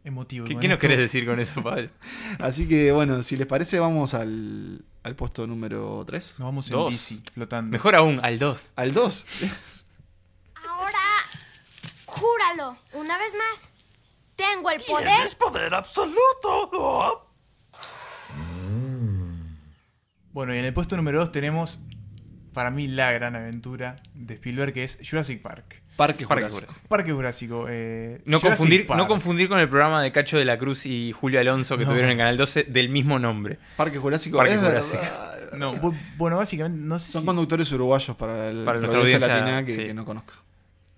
Speaker 3: Emotivo.
Speaker 1: ¿Qué,
Speaker 3: con
Speaker 1: qué nos
Speaker 3: esto.
Speaker 1: querés decir con eso, Pablo?
Speaker 2: Así que bueno, si les parece, vamos al, al puesto número 3.
Speaker 3: Nos vamos en
Speaker 1: Dos.
Speaker 3: bici, flotando.
Speaker 1: Mejor aún, al 2.
Speaker 2: Al 2.
Speaker 7: Ahora, júralo, una vez más. Tengo el poder.
Speaker 6: ¡Tienes poder absoluto! ¡Oh!
Speaker 3: Bueno, y en el puesto número 2 tenemos, para mí, la gran aventura de Spielberg, que es Jurassic Park.
Speaker 2: Parque
Speaker 1: Parque
Speaker 2: Jurásico.
Speaker 1: Jurásico.
Speaker 3: Parque Jurásico. eh,
Speaker 1: No
Speaker 3: Jurassic
Speaker 1: confundir,
Speaker 3: Park.
Speaker 1: no confundir con el programa de Cacho de la Cruz y Julio Alonso que
Speaker 3: No.
Speaker 1: tuvieron en Canal 12 del mismo nombre.
Speaker 2: Parque Jurásico.
Speaker 1: Parque
Speaker 2: es
Speaker 1: Jurásico.
Speaker 2: verdad.
Speaker 3: No, bu- bueno, básicamente, no sé
Speaker 2: Son
Speaker 3: si-
Speaker 2: conductores uruguayos para, el,
Speaker 1: Para
Speaker 2: para
Speaker 1: nuestra
Speaker 2: la audiencia
Speaker 1: audiencia,
Speaker 2: latina que,
Speaker 1: sí.
Speaker 2: que no conozca.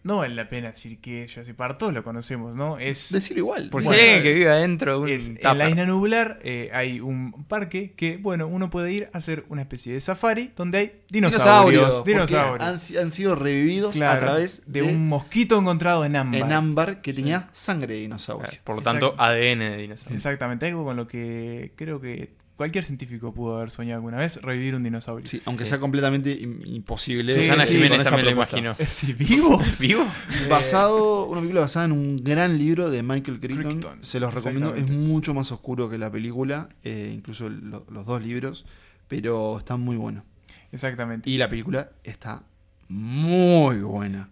Speaker 3: No vale la pena decir que es Jurassic Park, todos lo conocemos, ¿no? Es...
Speaker 2: Decirlo igual.
Speaker 1: Por si
Speaker 3: Bueno,
Speaker 1: hay alguien que
Speaker 3: es-
Speaker 1: vive adentro de un
Speaker 3: Es- en la
Speaker 1: tupper.
Speaker 3: isla nublar eh, hay un parque que, bueno, uno puede ir a hacer una especie de safari donde hay dinosaurios.
Speaker 2: dinosaurios. porque Han,
Speaker 3: Dinosaurios.
Speaker 2: si- han sido revividos
Speaker 3: Claro,
Speaker 2: a través
Speaker 3: de, un mosquito encontrado en ámbar.
Speaker 2: en ámbar que tenía sangre de dinosaurio.
Speaker 1: Claro, Por lo tanto,
Speaker 3: Exacto.
Speaker 1: ADN de dinosaurio.
Speaker 3: Exactamente, algo con lo que creo que cualquier científico pudo haber soñado alguna vez, revivir un dinosaurio.
Speaker 2: Sí, aunque sea completamente im- imposible.
Speaker 3: Sí,
Speaker 1: Susana
Speaker 3: sí,
Speaker 1: Jiménez
Speaker 2: con esa
Speaker 1: también lo
Speaker 2: propuesta.
Speaker 1: imaginó.
Speaker 3: Eh, Sí, vivo.
Speaker 1: ¿Vivo?
Speaker 2: Basado, una película basada en un gran libro de Michael Crichton.
Speaker 3: Crichton,
Speaker 2: Se los recomiendo. Es
Speaker 3: exactamente.
Speaker 2: mucho más oscuro que la película, eh, incluso lo- los dos libros, pero está muy bueno.
Speaker 3: Exactamente.
Speaker 2: Y la película está muy buena.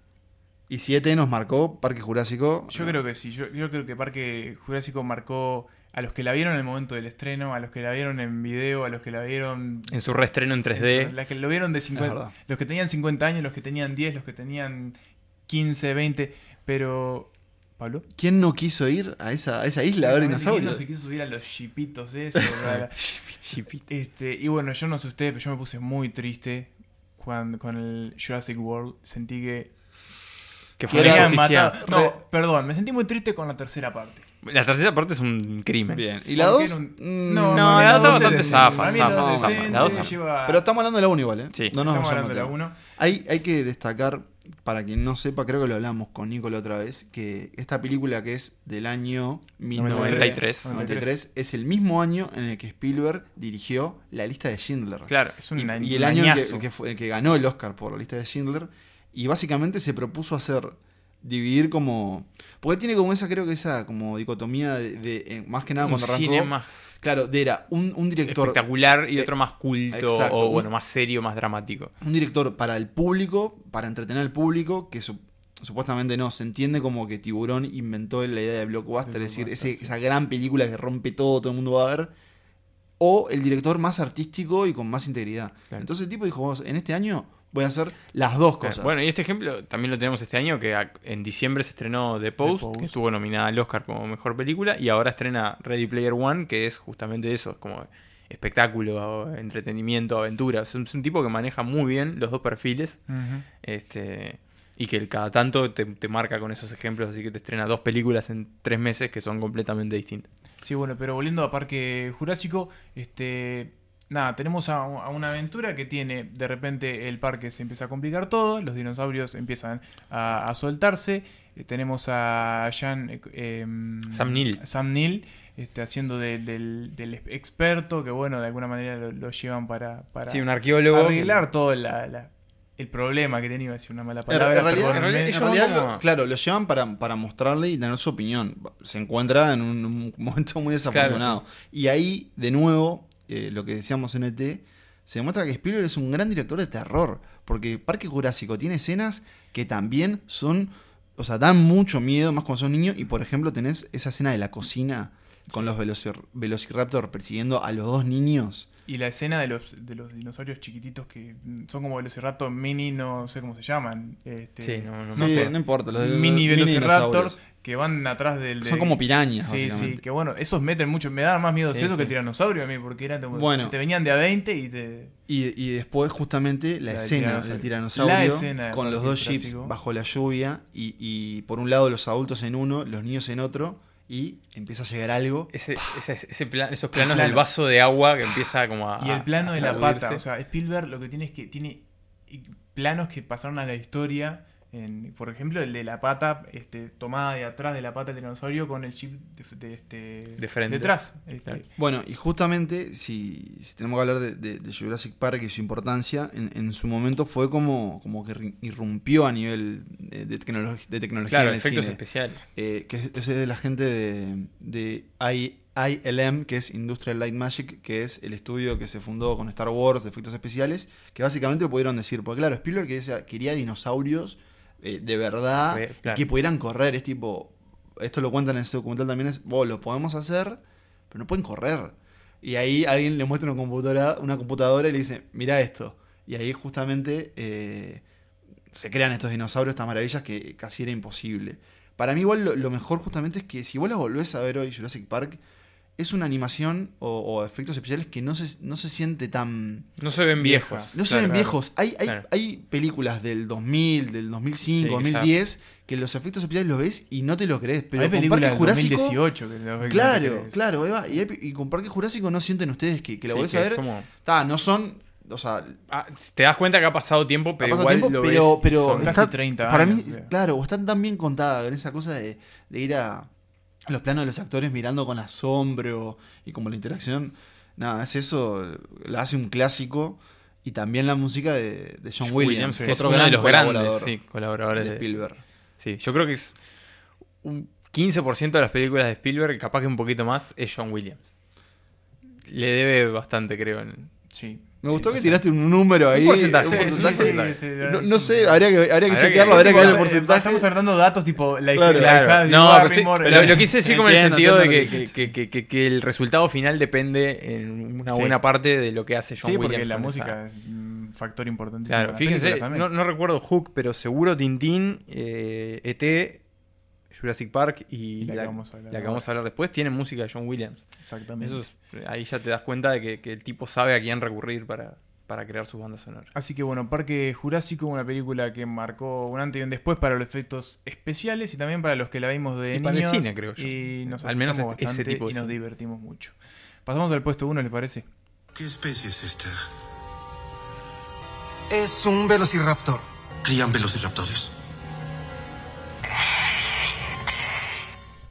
Speaker 2: Y 7 nos marcó Parque Jurásico.
Speaker 3: Yo creo que sí, yo, yo creo que Parque Jurásico marcó a los que la vieron en el momento del estreno, a los que la vieron en video, a los que la vieron
Speaker 1: En su reestreno en 3D.
Speaker 3: Las que lo vieron de 50,
Speaker 2: verdad.
Speaker 3: los que tenían 50 años, los que tenían 10, los que tenían 15, 20, pero Pablo
Speaker 2: ¿Quién no quiso ir a esa, a esa isla a ver
Speaker 3: Exactamente, ¿quién
Speaker 2: dinosaurios?
Speaker 3: no se quiso subir a los chipitos esos, a la- este, y bueno, yo no sé ustedes, pero yo me puse muy triste cuando, con el Jurassic World, sentí que
Speaker 1: Que fue
Speaker 3: me
Speaker 1: una
Speaker 3: habían
Speaker 1: injusticia.
Speaker 3: matado. No, perdón, me sentí muy triste con la tercera parte.
Speaker 1: La tercera parte es un crimen.
Speaker 2: Bien. ¿Y la Mm,
Speaker 3: Porque
Speaker 2: 2?
Speaker 3: era un-
Speaker 1: no, la dos
Speaker 3: dos
Speaker 1: bastante
Speaker 3: es-
Speaker 1: zafa,
Speaker 3: para mí
Speaker 1: zafa,
Speaker 3: la dos
Speaker 1: zafa,
Speaker 3: es decente,
Speaker 1: la dos zafa.
Speaker 3: lleva-
Speaker 2: Pero estamos hablando de la 1 igual, ¿eh?
Speaker 1: Sí.
Speaker 2: No nos vayamos
Speaker 3: estamos hablando de
Speaker 2: del
Speaker 3: la
Speaker 2: tema.
Speaker 3: 1.
Speaker 2: Hay, hay que destacar, para quien no sepa, creo que lo hablamos con Nicola otra vez, que esta película que es del año
Speaker 1: 93.
Speaker 2: 1993 93, es el mismo año en el que Spielberg dirigió La lista de Schindler.
Speaker 1: Claro.
Speaker 3: Es
Speaker 2: Y,
Speaker 3: un
Speaker 2: y el año en que,
Speaker 3: añazo.
Speaker 2: que fue- que ganó el Oscar por la lista de Schindler. Y básicamente se propuso hacer, dividir como... Porque tiene como esa, creo que esa como dicotomía de, de- eh, más que nada
Speaker 1: Un
Speaker 2: cuando arrancó...
Speaker 1: cine más
Speaker 2: Claro, de era un, un director
Speaker 1: espectacular y
Speaker 2: eh,
Speaker 1: otro más culto
Speaker 2: exacto,
Speaker 1: o
Speaker 2: un-
Speaker 1: bueno, más serio, más dramático.
Speaker 2: un director para el público, para entretener al público, que su- supuestamente no, se entiende como que Tiburón inventó la idea de blockbuster,
Speaker 3: De
Speaker 2: es decir,
Speaker 3: blockbuster,
Speaker 2: ese- esa gran película que rompe todo, todo el mundo va a ver, o el director más artístico y con más integridad.
Speaker 1: Claro.
Speaker 2: Entonces el tipo dijo, "Vos, en este año voy a hacer las dos
Speaker 1: Claro,
Speaker 2: cosas.
Speaker 1: Bueno, y este ejemplo también lo tenemos este año, que a- en diciembre se estrenó The Post,
Speaker 3: Post.
Speaker 1: que estuvo nominada al Oscar como mejor película, y ahora estrena Ready Player One, que es justamente eso, como espectáculo, entretenimiento, aventura. Es un, es un tipo que maneja muy bien los dos perfiles,
Speaker 3: Ujú.
Speaker 1: este, y que cada tanto te, te marca con esos ejemplos, así que te estrena dos películas en tres meses que son completamente distintas.
Speaker 3: Sí, bueno, pero volviendo a Parque Jurásico, este, nada, tenemos a, a una aventura que tiene, de repente el parque se empieza a complicar todo, los dinosaurios empiezan a, a soltarse, eh, tenemos a Jean, eh, em,
Speaker 1: Sam Neill.
Speaker 3: Sam Neill, este, haciendo de- del, del experto, que bueno, de alguna manera lo, lo llevan para, para
Speaker 1: Sí, un arqueólogo.
Speaker 3: arreglar todo la- la- el problema que tenía, iba a decir una mala
Speaker 2: En, en
Speaker 3: palabra.
Speaker 2: realidad, en
Speaker 3: perdónenme.
Speaker 2: realidad- en
Speaker 1: ellos van
Speaker 2: realidad
Speaker 1: como-
Speaker 2: lo- claro, lo llevan para, para mostrarle y tener su opinión. Se encuentra en un, un momento muy desafortunado. Y ahí, de nuevo, eh, lo que decíamos en ET, se demuestra que Spielberg es un gran director de terror. Porque Parque Jurásico tiene escenas que también son, o sea, dan mucho miedo, más cuando sos niño. Y por ejemplo, tenés esa escena de la cocina con los velocir- velociraptor persiguiendo a los dos niños.
Speaker 3: Y la escena de los, de los dinosaurios chiquititos que mm, son como velociraptor mini, no sé cómo se llaman. Este,
Speaker 1: Sí, no, no
Speaker 2: Sí, no importa. Los, los
Speaker 3: mini velociraptors
Speaker 2: dinosaurios.
Speaker 3: que van atrás del.
Speaker 2: Son
Speaker 3: del-
Speaker 2: como pirañas,
Speaker 3: Sí, sí,
Speaker 2: básicamente.
Speaker 3: que bueno, esos meten mucho. Me daban más miedo
Speaker 1: Sí,
Speaker 3: eso que
Speaker 1: sí.
Speaker 3: el tiranosaurio a mí, porque eran como-
Speaker 2: Bueno.
Speaker 3: te venían de a 20 y te.
Speaker 2: Y, y después, justamente, la,
Speaker 3: La del
Speaker 2: escena
Speaker 3: tiranosaurio.
Speaker 2: del tiranosaurio
Speaker 3: La escena del
Speaker 2: con los
Speaker 3: Parque
Speaker 2: dos jeeps
Speaker 3: Jurásico.
Speaker 2: bajo la lluvia. Y, y por un lado, los adultos en uno, los niños en otro. Y empieza a llegar algo.
Speaker 1: Ese, ese- ese plan- esos planos
Speaker 3: Plano.
Speaker 1: del vaso de agua que empieza como a.
Speaker 3: Y el plano
Speaker 1: a
Speaker 3: de la
Speaker 1: sacudirse.
Speaker 3: pata. O sea, Spielberg lo que tiene es que tiene planos que pasaron a la historia. en- por ejemplo, el de la pata este, tomada de atrás de la pata del tiranosaurio con el chip de, de- este,
Speaker 1: De frente.
Speaker 3: detrás. este.
Speaker 1: Claro.
Speaker 2: Bueno, y justamente, si, si tenemos que hablar de, de- de Jurassic Park y su importancia, en, en su momento fue como, como que ri- irrumpió a nivel eh, de, tecnolo- de tecnología
Speaker 1: Claro,
Speaker 2: en el
Speaker 1: efectos
Speaker 2: cine.
Speaker 1: especiales.
Speaker 2: Eh, que es, es de la gente de, de I- ILM, que es Industrial Light Magic, que es el estudio que se fundó con Star Wars, de efectos especiales, que básicamente lo pudieron decir. Porque claro, Spielberg quería, quería dinosaurios eh, de verdad
Speaker 1: Re- claro.
Speaker 2: que pudieran correr. Es tipo, esto lo cuentan en ese documental también, es, vos lo podemos hacer, pero no pueden correr. Y ahí alguien le muestra una computadora, una computadora y le dice, mira esto. Y ahí justamente eh, se crean estos dinosaurios, estas maravillas que casi era imposible. Para mí igual lo, lo mejor justamente es que si vos la volvés a ver hoy Jurassic Park, es una animación o, o efectos especiales que no se, no se siente tan...
Speaker 1: No se ven
Speaker 3: Vieja.
Speaker 1: viejos.
Speaker 2: No se
Speaker 1: Claro,
Speaker 2: ven
Speaker 1: claro.
Speaker 2: viejos. Hay, hay,
Speaker 1: Claro.
Speaker 2: hay películas del 2000, del 2005,
Speaker 1: Sí, que
Speaker 2: 2010, que los efectos especiales los ves y no te lo crees. Pero
Speaker 3: Hay
Speaker 2: con
Speaker 3: películas
Speaker 2: Parque
Speaker 3: del
Speaker 2: Jurásico...
Speaker 3: 2018 que los- que
Speaker 2: Claro,
Speaker 3: los-
Speaker 2: claro, ahí va. Y, hay- y con Parque Jurásico no sienten ustedes que, que la
Speaker 1: Sí,
Speaker 2: volvés
Speaker 1: que
Speaker 2: a
Speaker 1: es
Speaker 2: ver.
Speaker 1: como-
Speaker 2: Ta, no son... O sea,
Speaker 1: Ah, te das cuenta que ha pasado tiempo, pero
Speaker 2: ha pasado
Speaker 1: igual
Speaker 2: tiempo,
Speaker 1: lo
Speaker 2: pero,
Speaker 1: ves.
Speaker 2: pero
Speaker 3: son
Speaker 2: está-
Speaker 3: casi 30
Speaker 2: Para
Speaker 3: años,
Speaker 2: mí,
Speaker 3: o
Speaker 1: eh.
Speaker 3: sea.
Speaker 2: claro, están tan bien contadas con esa cosa de, de ir a los planos de los actores mirando con asombro y como la interacción. Nada, es eso, la hace un clásico. Y también la música de, de John Williams,
Speaker 1: que es
Speaker 2: otro
Speaker 1: uno
Speaker 2: gran
Speaker 1: de los
Speaker 2: colaborador
Speaker 1: grandes sí, colaboradores
Speaker 2: de
Speaker 1: de-
Speaker 2: Spielberg.
Speaker 1: Sí, yo creo que es un 15% de las películas de Spielberg, capaz que un poquito más, es John Williams. Le debe bastante, creo. en-
Speaker 3: Sí.
Speaker 2: Me gustó que tiraste un número ahí.
Speaker 1: porcentaje.
Speaker 2: un
Speaker 1: Sí, sí,
Speaker 2: porcentaje.
Speaker 1: sí.
Speaker 2: No, no sé, habría que, habría que
Speaker 1: Habría que-
Speaker 2: chequearlo, habría que ver el
Speaker 3: Estamos-
Speaker 2: porcentaje.
Speaker 3: Estamos tratando datos tipo la
Speaker 2: Claro.
Speaker 3: la
Speaker 1: Claro.
Speaker 3: dejada de
Speaker 1: No, pero, estoy-
Speaker 3: Barrymore,
Speaker 1: pero
Speaker 3: la-
Speaker 1: lo quise decir como en el
Speaker 2: Entiendo,
Speaker 1: sentido de que,
Speaker 2: entiendo lo
Speaker 1: que-
Speaker 2: que
Speaker 1: que- que- que el resultado final depende en una
Speaker 3: Sí.
Speaker 1: buena parte de lo que hace John
Speaker 3: Sí,
Speaker 1: Williams.
Speaker 3: porque la
Speaker 1: con esa-
Speaker 3: música es un factor importante.
Speaker 1: Claro, fíjense, no, no recuerdo Hook, pero seguro Tintín, eh, ET, Jurassic Park y,
Speaker 3: Y la que vamos a hablar
Speaker 1: la que
Speaker 3: ahora.
Speaker 1: vamos a hablar después tienen música de John Williams.
Speaker 3: Exactamente.
Speaker 1: Eso es- ahí ya te das cuenta de que, que el tipo sabe a quién recurrir para, para crear sus bandas sonoras.
Speaker 3: Así que bueno, Parque Jurásico, una película que marcó un antes y un después para los efectos especiales y también para los que la vimos de
Speaker 1: Y
Speaker 3: niños.
Speaker 1: para el cine, creo yo.
Speaker 3: Y nos
Speaker 1: Al menos
Speaker 3: asustamos
Speaker 1: este- ese
Speaker 3: bastante
Speaker 1: tipo de
Speaker 3: y nos
Speaker 1: cine.
Speaker 3: divertimos mucho. Pasamos al puesto 1, ¿le parece?
Speaker 8: ¿Qué especie es esta?
Speaker 9: Es un velociraptor.
Speaker 8: Crían velociraptores.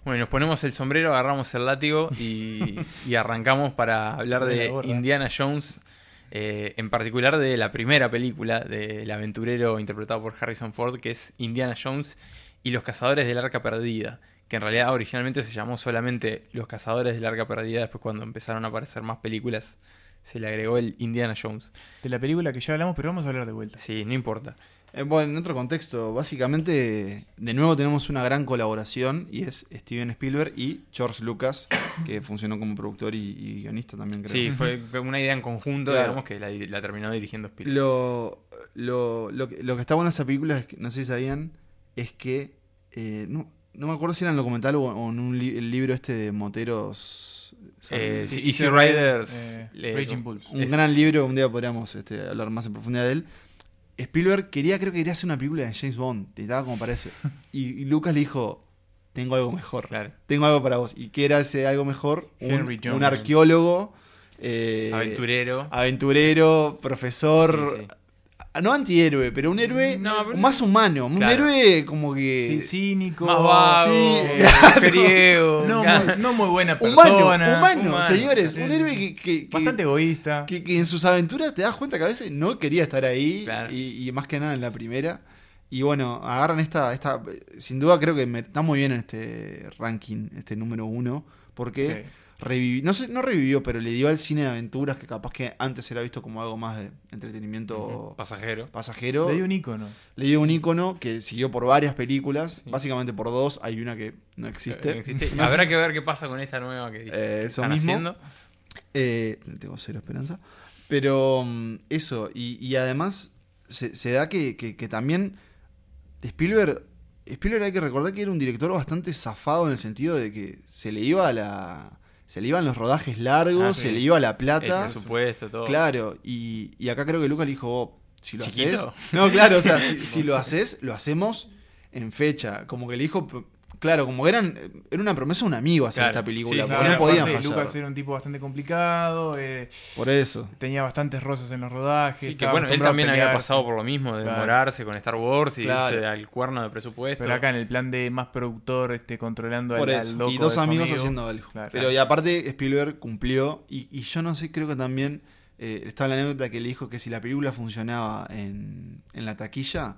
Speaker 1: Bueno, nos ponemos el sombrero, agarramos el látigo y, y arrancamos para hablar
Speaker 3: Buena
Speaker 1: de
Speaker 3: gorra.
Speaker 1: Indiana Jones, eh, en particular de la primera película del aventurero interpretado por Harrison Ford, que es Indiana Jones y los cazadores del arca perdida, que en realidad originalmente se llamó solamente Los cazadores del arca perdida, después cuando empezaron a aparecer más películas se le agregó el Indiana Jones.
Speaker 3: De la película que ya hablamos, pero vamos a hablar de vuelta.
Speaker 1: Sí, no importa.
Speaker 2: Eh, Bueno, en otro contexto, básicamente, de nuevo tenemos una gran colaboración y es Steven Spielberg y George Lucas, que funcionó como productor y, y guionista también, creo.
Speaker 1: Sí, fue una idea en conjunto,
Speaker 2: Claro.
Speaker 1: digamos, que la, di- la terminó dirigiendo Spielberg.
Speaker 2: Lo, lo, lo que, lo que está bueno de esa película, es que, no sé si sabían, es que. eh, no, no me acuerdo si era en el documental o, o en un li- el libro este de Moteros. ¿saben?
Speaker 1: Eh, sí,
Speaker 3: Easy
Speaker 1: Easy Riders,
Speaker 3: Riders, eh,
Speaker 1: eh,
Speaker 3: Raging Bulls.
Speaker 2: Un
Speaker 1: es-
Speaker 2: gran libro, un día podríamos este, hablar más en profundidad de él. Spielberg quería, creo que quería hacer una película de James Bond, te estaba como para eso. Y, y Lucas le dijo, tengo algo mejor,
Speaker 1: Claro.
Speaker 2: tengo algo para vos. ¿Y qué era ese algo mejor? Un,
Speaker 3: Henry Jones.
Speaker 2: un arqueólogo, eh,
Speaker 1: Aventurero.
Speaker 2: aventurero, profesor,
Speaker 1: Sí, sí.
Speaker 2: ah, no antihéroe, pero un héroe
Speaker 1: No, pero-
Speaker 2: más humano, un
Speaker 1: Claro.
Speaker 2: héroe como que...
Speaker 3: Sí, cínico.
Speaker 1: Más vago,
Speaker 2: Sí,
Speaker 1: eh, mujeriego,
Speaker 3: No,
Speaker 1: o sea,
Speaker 3: muy, no muy buena
Speaker 2: Humano,
Speaker 3: persona.
Speaker 2: humano,
Speaker 1: humano.
Speaker 2: señores,
Speaker 3: Sí,
Speaker 2: un
Speaker 3: sí,
Speaker 2: héroe que,
Speaker 3: sí.
Speaker 2: que- que-
Speaker 3: Bastante egoísta.
Speaker 2: que, que en sus aventuras te das cuenta que a veces no quería estar ahí
Speaker 1: Claro.
Speaker 2: y, y más que nada en la primera. Y bueno, agarran esta, esta sin duda creo que me- está muy bien en este ranking, este número uno, porque
Speaker 3: Sí.
Speaker 2: revivi- no, sé, no revivió, pero le dio al cine de aventuras que capaz que antes era visto como algo más de entretenimiento
Speaker 1: pasajero.
Speaker 2: pasajero.
Speaker 3: Le dio un ícono.
Speaker 2: Le dio un icono que siguió por varias películas, básicamente por dos, hay una que no existe.
Speaker 1: Eh, No existe. Habrá que ver qué pasa con esta nueva que,
Speaker 2: Eh,
Speaker 1: que
Speaker 2: eso
Speaker 1: están
Speaker 2: mismo.
Speaker 1: haciendo.
Speaker 2: Eh, tengo cero esperanza. Pero mm, eso, y, y además se, se da que, que- que también Spielberg, Spielberg hay que recordar que era un director bastante zafado en el sentido de que se le iba a la... Se le iban los rodajes largos,
Speaker 1: Ah, sí.
Speaker 2: se le iba la plata.
Speaker 1: El presupuesto, todo.
Speaker 2: Claro, y, y acá creo que Lucas le dijo, vos, si lo
Speaker 1: Chiquito.
Speaker 2: haces. No, claro, o sea, si, si lo haces, lo hacemos en fecha. Como que le dijo, p- claro, como que eran, era una promesa de un amigo hacer
Speaker 1: Claro.
Speaker 2: esta película,
Speaker 1: Sí,
Speaker 2: porque
Speaker 1: sí,
Speaker 2: no podían
Speaker 3: aparte,
Speaker 2: fallar.
Speaker 3: Lucas era un tipo bastante complicado, eh,
Speaker 2: Por eso.
Speaker 3: tenía bastantes rosas en los rodajes.
Speaker 1: Sí, que
Speaker 3: estaba
Speaker 1: bueno, él
Speaker 3: acostumbrado a
Speaker 1: también había
Speaker 3: pelearse.
Speaker 1: pasado por lo mismo, de
Speaker 3: Claro.
Speaker 1: demorarse con Star Wars y
Speaker 2: Claro.
Speaker 1: irse al cuerno de presupuesto.
Speaker 3: Pero acá en el plan de más productor, este, controlando
Speaker 2: Por
Speaker 3: al, al
Speaker 2: eso.
Speaker 3: loco
Speaker 2: Y dos
Speaker 3: de su
Speaker 2: amigos
Speaker 3: amigo.
Speaker 2: haciendo algo.
Speaker 3: Claro.
Speaker 2: Pero y aparte, Spielberg cumplió. Y, y yo no sé, creo que también eh, estaba la anécdota que le dijo que si la película funcionaba en, en la taquilla,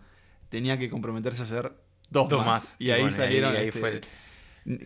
Speaker 2: tenía que comprometerse a hacer dos,
Speaker 1: Dos
Speaker 2: más.
Speaker 1: más.
Speaker 2: Y,
Speaker 1: Y
Speaker 2: ahí
Speaker 1: bueno, ahí-
Speaker 2: salieron.
Speaker 1: ahí
Speaker 2: este,
Speaker 1: fue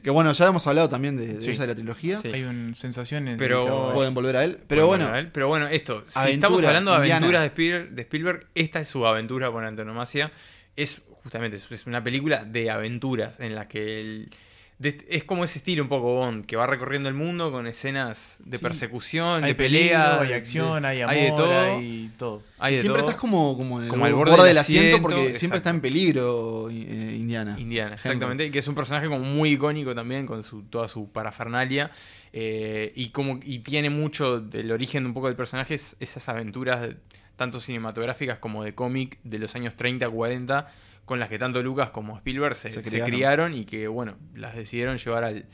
Speaker 2: Que bueno, ya hemos hablado también de, de
Speaker 1: Sí.
Speaker 2: esa de la trilogía.
Speaker 1: Sí.
Speaker 3: Hay un sensaciones.
Speaker 1: Pero-
Speaker 2: Pueden volver a él. Pero bueno,
Speaker 1: Bueno, pero bueno, esto, si
Speaker 2: Aventura,
Speaker 1: estamos hablando de
Speaker 2: Indiana.
Speaker 1: aventuras de Spielberg, de Spielberg, esta es su aventura por antonomasia. Es justamente, es- es una película de aventuras en la que el- de- es como ese estilo un poco Bond, que va recorriendo el mundo con escenas de
Speaker 3: Sí.
Speaker 1: persecución,
Speaker 3: hay
Speaker 1: de pelea,
Speaker 3: hay acción, hay amor,
Speaker 1: hay de todo.
Speaker 3: hay todo.
Speaker 1: hay de
Speaker 2: siempre
Speaker 1: todo.
Speaker 2: estás como, como en el,
Speaker 1: Como al
Speaker 2: borde, del asiento, porque siempre
Speaker 1: exacto.
Speaker 2: está en peligro eh, Indiana.
Speaker 1: Indiana,
Speaker 2: Henry.
Speaker 1: exactamente, que es un personaje como muy icónico también, con su, toda su parafernalia, eh, y como y tiene mucho del origen un poco del personaje, es esas aventuras de- tanto cinematográficas como de cómic de los años 30, 40, con las que tanto Lucas como Spielberg se,
Speaker 2: Se
Speaker 1: se
Speaker 2: criaron.
Speaker 1: criaron. y que, bueno, las decidieron llevar al,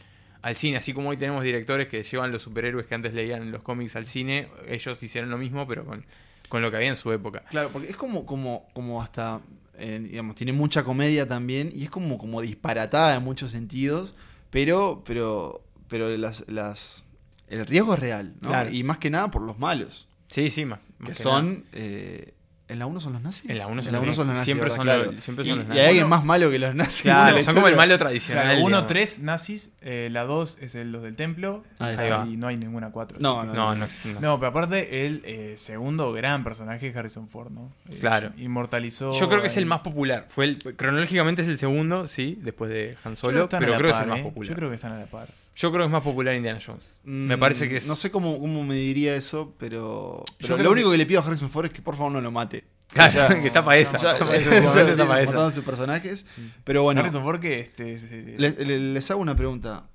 Speaker 1: al cine. Así como hoy tenemos directores que llevan los superhéroes que antes leían los cómics al cine, ellos hicieron lo mismo, pero con, con lo que había en su época.
Speaker 2: Claro, porque es como, como, como hasta, eh, digamos, tiene mucha comedia también y es como, como disparatada en muchos sentidos, pero, pero, pero las, las, el riesgo es real, ¿no?
Speaker 1: Claro.
Speaker 2: Y más que nada por los malos,
Speaker 1: Sí, sí, más,
Speaker 2: que,
Speaker 1: más que nada.
Speaker 2: son... eh, ¿En la 1 son los nazis?
Speaker 1: En la uno son los
Speaker 2: uno
Speaker 1: nazis. Siempre
Speaker 2: ¿verdad?
Speaker 1: son
Speaker 2: Claro.
Speaker 1: los- siempre
Speaker 2: y,
Speaker 1: son los
Speaker 2: y
Speaker 1: nazis.
Speaker 2: hay alguien
Speaker 3: Bueno,
Speaker 2: más malo que los nazis. en
Speaker 1: Claro,
Speaker 2: la
Speaker 1: son como el
Speaker 2: historia.
Speaker 1: malo tradicional.
Speaker 3: Claro, uno,
Speaker 1: digamos.
Speaker 3: tres nazis, eh, la dos es el, los del templo,
Speaker 2: Ahí
Speaker 1: está. Ahí
Speaker 3: y
Speaker 1: va.
Speaker 3: no hay ninguna cuatro.
Speaker 2: No,
Speaker 3: así que-
Speaker 1: No, no, no.
Speaker 3: No, pero aparte el eh, segundo gran personaje es Harrison Ford, ¿no? Eh,
Speaker 1: Claro.
Speaker 3: Inmortalizó.
Speaker 1: Yo creo que es el
Speaker 3: al-
Speaker 1: más popular. Fue el, cronológicamente es el segundo, sí, después de Han
Speaker 3: Yo creo que
Speaker 1: Solo,
Speaker 3: están
Speaker 1: pero
Speaker 3: a la
Speaker 1: creo que es
Speaker 3: par,
Speaker 1: el más
Speaker 3: ¿eh?
Speaker 1: popular.
Speaker 3: Yo creo que están a la par.
Speaker 1: es más popular Indiana Jones. Me
Speaker 2: Mm,
Speaker 1: parece que es.
Speaker 2: No sé cómo, cómo me diría eso, pero, pero
Speaker 3: creo
Speaker 2: lo
Speaker 3: que-
Speaker 2: único que... le pido a Harrison Ford es que por favor no lo mate.
Speaker 1: Claro,
Speaker 2: Ya-
Speaker 1: que está para esa.
Speaker 2: Ya,
Speaker 1: En
Speaker 2: eso,
Speaker 1: su momento está para Mm. esa.
Speaker 2: mataron sus personajes. Pero bueno,
Speaker 3: Harrison Ford que este, se-
Speaker 2: les, les- les hago una pregunta.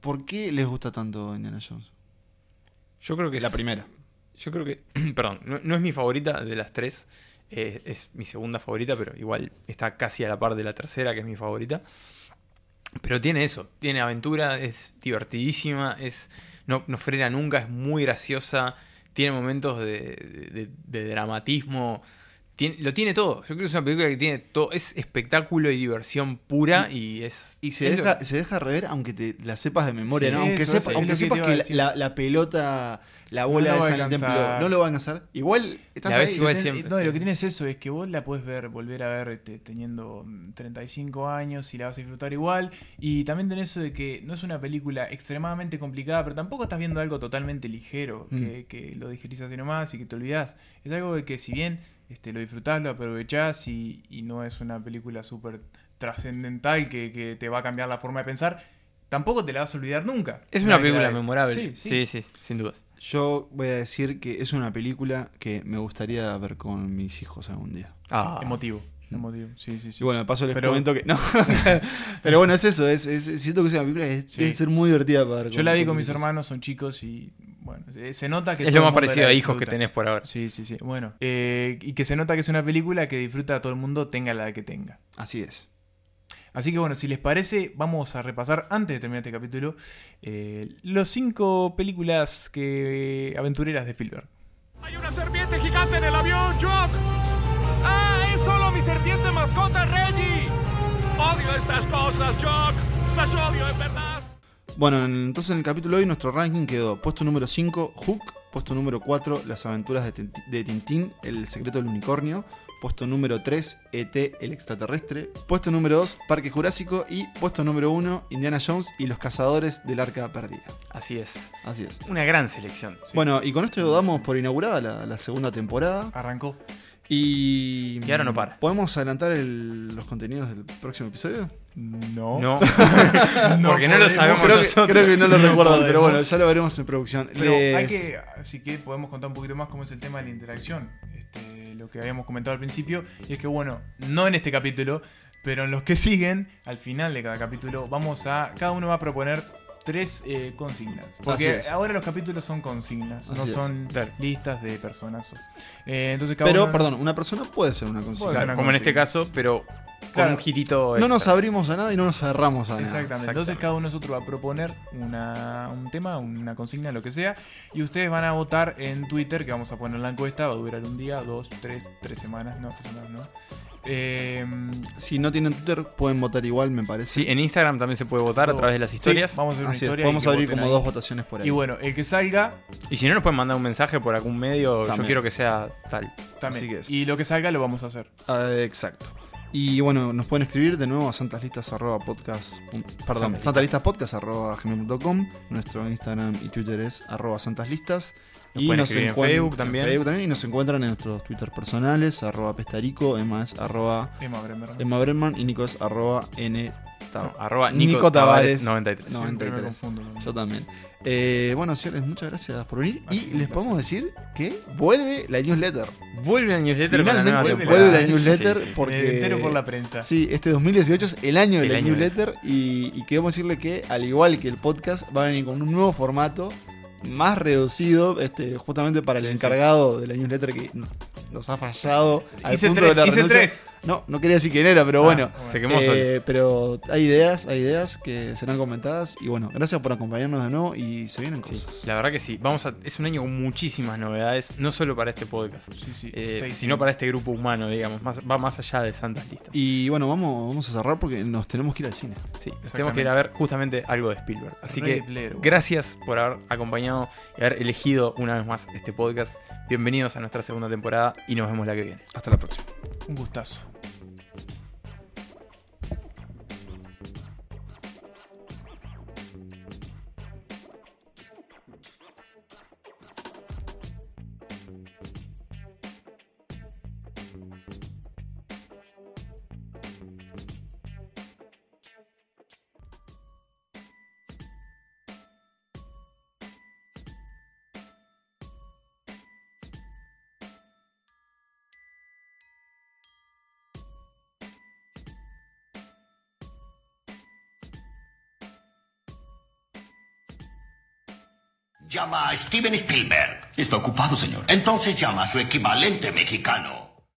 Speaker 2: ¿Por qué les gusta tanto Indiana Jones?
Speaker 1: Yo creo que es.
Speaker 2: primera.
Speaker 1: Yo creo que. perdón, no, no es mi favorita de las tres. eh, es mi segunda favorita, pero igual está casi a la par de la tercera, que es mi favorita. Pero tiene eso, tiene aventura, es divertidísima, es no, no frena nunca, es muy graciosa, tiene momentos de, de- de dramatismo, tiene- lo tiene todo. Yo creo que es una película que tiene todo, es espectáculo y diversión pura y es...
Speaker 2: Y se
Speaker 1: es lo-
Speaker 2: deja, se deja rever aunque te la sepas de memoria,
Speaker 3: Sí,
Speaker 2: ¿no? Aunque,
Speaker 3: eso,
Speaker 2: sepa-
Speaker 3: eso es
Speaker 2: aunque
Speaker 3: lo que te
Speaker 2: sepas
Speaker 3: iba a
Speaker 2: que la,
Speaker 3: decir.
Speaker 2: la- la pelota, la bola
Speaker 3: lo va
Speaker 2: esa
Speaker 3: a
Speaker 2: en el templo,
Speaker 3: alcanzar.
Speaker 2: no lo van a hacer. Igual estás
Speaker 1: La ves
Speaker 2: ahí.
Speaker 1: igual
Speaker 2: tenés-
Speaker 1: siempre.
Speaker 3: No, y
Speaker 1: sí.
Speaker 3: lo que tiene es eso, es que vos la puedes ver, volver a ver este, teniendo mm, 35 años y la vas a disfrutar igual. Y también tenés eso de que no es una película extremadamente complicada, pero tampoco estás viendo algo totalmente ligero,
Speaker 1: Mm.
Speaker 3: que, que lo digerís así nomás y que te olvidás. Es algo de que si bien este, lo disfrutás, lo aprovechás y, y no es una película súper trascendental que, que te va a cambiar la forma de pensar, tampoco te la vas a olvidar nunca.
Speaker 1: Es una
Speaker 3: vez que la
Speaker 1: película
Speaker 3: ves.
Speaker 1: memorable.
Speaker 3: Sí, sí.
Speaker 1: sí, sí, sin dudas.
Speaker 2: Yo voy a decir que es una película que me gustaría ver con mis hijos algún día.
Speaker 1: Ah.
Speaker 3: Emotivo, emotivo. Sí, sí, sí.
Speaker 2: Y bueno, de paso les
Speaker 3: Pero-
Speaker 2: comento que. No. Pero bueno, es eso. Es, es- siento que es una película que es-
Speaker 3: Sí.
Speaker 2: debe ser muy divertida para ver.
Speaker 3: Yo la vi con
Speaker 2: tus
Speaker 3: mis
Speaker 2: hijos.
Speaker 3: hermanos, son chicos y bueno, se se nota que...
Speaker 1: Es
Speaker 3: todo
Speaker 1: lo más
Speaker 3: el mundo
Speaker 1: parecido
Speaker 3: la
Speaker 1: a hijos que
Speaker 3: disfruta.
Speaker 1: tenés por ahora.
Speaker 3: Sí, sí, sí. Bueno, eh, y que se nota que es una película que disfruta a todo el mundo, tenga la edad que tenga.
Speaker 2: Así es.
Speaker 3: Así que bueno, si les parece, vamos a repasar antes de terminar este capítulo eh, los cinco películas que eh, aventureras de Spielberg.
Speaker 5: ¡Hay una serpiente gigante en el avión, Jock! ¡Ah, es solo mi serpiente mascota, Reggie! ¡Odio estas cosas, Jock! ¡Las odio, en verdad!
Speaker 2: Bueno, en- entonces en el capítulo de hoy nuestro ranking quedó puesto número 5, Hook, puesto número 4, Las aventuras de, Tinti- de Tintín, El secreto del unicornio, puesto número 3, ET, el extraterrestre, puesto número 2, Parque Jurásico y puesto número 1, Indiana Jones y los cazadores del arca perdida.
Speaker 1: Así es.
Speaker 2: Así es.
Speaker 1: Una gran selección.
Speaker 2: Bueno, y con esto damos por inaugurada la, la segunda temporada.
Speaker 3: Arrancó.
Speaker 2: Y,
Speaker 1: Y ahora no para.
Speaker 2: ¿Podemos adelantar el- los contenidos del próximo episodio?
Speaker 3: No.
Speaker 1: No.
Speaker 3: No
Speaker 1: Porque no lo
Speaker 3: podemos.
Speaker 1: sabemos
Speaker 2: Creo
Speaker 1: nosotros.
Speaker 2: que, creo que no lo recuerdo,
Speaker 3: podemos.
Speaker 2: pero bueno, ya lo veremos en producción.
Speaker 3: Pero hay
Speaker 2: Les-
Speaker 3: que, así que podemos contar un poquito más cómo es el tema de la interacción. Este, lo que habíamos comentado al principio. Y es que, bueno, no en este capítulo, pero en los que siguen, al final de cada capítulo, vamos a. Cada uno va a proponer tres eh, consignas. Porque
Speaker 2: Así es.
Speaker 3: ahora los capítulos son consignas, no
Speaker 2: Así es.
Speaker 3: son
Speaker 1: Claro.
Speaker 3: listas de personas. Eh, entonces cada
Speaker 2: Pero,
Speaker 3: uno-
Speaker 2: perdón, una persona puede ser una consigna.
Speaker 3: Puede ser una
Speaker 1: Como en este
Speaker 3: consigna.
Speaker 1: caso, pero con
Speaker 3: Claro.
Speaker 1: un girito.
Speaker 2: No
Speaker 1: extra.
Speaker 2: nos abrimos a nada y no nos cerramos a nada.
Speaker 3: Exactamente. Entonces cada uno de nosotros va a proponer una- un tema, una consigna, lo que sea, y ustedes van a votar en Twitter, que vamos a poner la encuesta, va a durar un día, dos, tres, tres semanas, no, tres semanas no. Eh,
Speaker 2: Si no tienen Twitter, pueden votar igual, me parece.
Speaker 1: Sí, en Instagram también se puede votar a través de las
Speaker 3: sí,
Speaker 1: historias.
Speaker 3: vamos a hacer una
Speaker 2: Así es,
Speaker 3: historia. y
Speaker 2: podemos
Speaker 3: que
Speaker 2: abrir
Speaker 3: voten
Speaker 2: como
Speaker 3: ahí.
Speaker 2: dos votaciones por ahí.
Speaker 3: Y bueno, el que salga,
Speaker 1: Y si no, nos pueden mandar un mensaje por algún medio. Yo
Speaker 2: También.
Speaker 1: quiero que sea tal.
Speaker 3: también.
Speaker 2: Así que es.
Speaker 3: Y lo que salga lo vamos a hacer.
Speaker 2: Ah, exacto. Y bueno, nos pueden escribir de nuevo a santaslistas.podcast. Perdón,
Speaker 1: Santas
Speaker 2: santaslistaspodcast.com. Nuestro Instagram y Twitter es arroba santaslistas.
Speaker 1: Nos
Speaker 2: y
Speaker 1: pueden
Speaker 2: nos
Speaker 1: escribir en
Speaker 2: encuent-
Speaker 1: Facebook también.
Speaker 2: Facebook también. Y nos encuentran en nuestros Twitter personales, arroba pestarico, Emma es arroba
Speaker 3: Emma Bremer.
Speaker 2: Emma Brenman y Nico es arroba N.
Speaker 1: No,
Speaker 2: Tab-
Speaker 1: arroba Nico,
Speaker 2: Nico
Speaker 1: Tavares
Speaker 2: Tavares.
Speaker 1: 93.
Speaker 2: No.
Speaker 3: Siempre me
Speaker 2: 93.
Speaker 3: confundo con-
Speaker 2: Yo también. Eh, bueno, señores, muchas gracias por venir.
Speaker 3: Ha sido
Speaker 2: y
Speaker 3: un
Speaker 2: les
Speaker 3: placer.
Speaker 2: podemos decir que vuelve la newsletter.
Speaker 1: Vuelve la newsletter Este con la nueva
Speaker 2: Finalmente
Speaker 1: temporada.
Speaker 2: vuelve la
Speaker 1: Sí, sí,
Speaker 2: newsletter
Speaker 1: sí, sí.
Speaker 2: porque.
Speaker 3: Me entero por la prensa.
Speaker 2: Sí, este 2018 es el año de
Speaker 1: El
Speaker 2: la
Speaker 1: año de-
Speaker 2: newsletter y, y queremos decirle que, al igual que el podcast, va a venir con un nuevo formato más reducido, este, justamente para el encargado de la newsletter que no- nos ha fallado al
Speaker 3: Hice
Speaker 2: punto
Speaker 3: tres,
Speaker 2: de la
Speaker 3: hice
Speaker 2: renuncia.
Speaker 3: tres.
Speaker 2: No, no quería decir quién era, pero
Speaker 3: Ah,
Speaker 2: bueno.
Speaker 3: bueno.
Speaker 1: Se quemó
Speaker 2: Eh,
Speaker 1: solo.
Speaker 2: pero hay ideas, hay ideas que serán comentadas y bueno, gracias por acompañarnos de nuevo y se vienen cosas.
Speaker 1: La verdad que sí. Vamos a, es un año con muchísimas novedades, no solo para este podcast,
Speaker 3: Sí, sí,
Speaker 1: eh,
Speaker 3: stay
Speaker 1: sino
Speaker 3: tuned.
Speaker 1: para este grupo humano, digamos. Más- va más allá de Santas Listas.
Speaker 2: Y bueno, vamos, vamos a cerrar porque nos tenemos que ir al cine.
Speaker 1: Sí, tenemos que ir a ver justamente algo de Spielberg. Así
Speaker 3: Ready
Speaker 1: que
Speaker 3: Player One.
Speaker 1: gracias por haber acompañado y haber elegido una vez más este podcast. Bienvenidos a nuestra segunda temporada y nos vemos la que viene.
Speaker 2: Hasta la próxima.
Speaker 3: Un gustazo.
Speaker 10: Llama a Steven Spielberg. Está ocupado, señor. Entonces llama a su equivalente mexicano.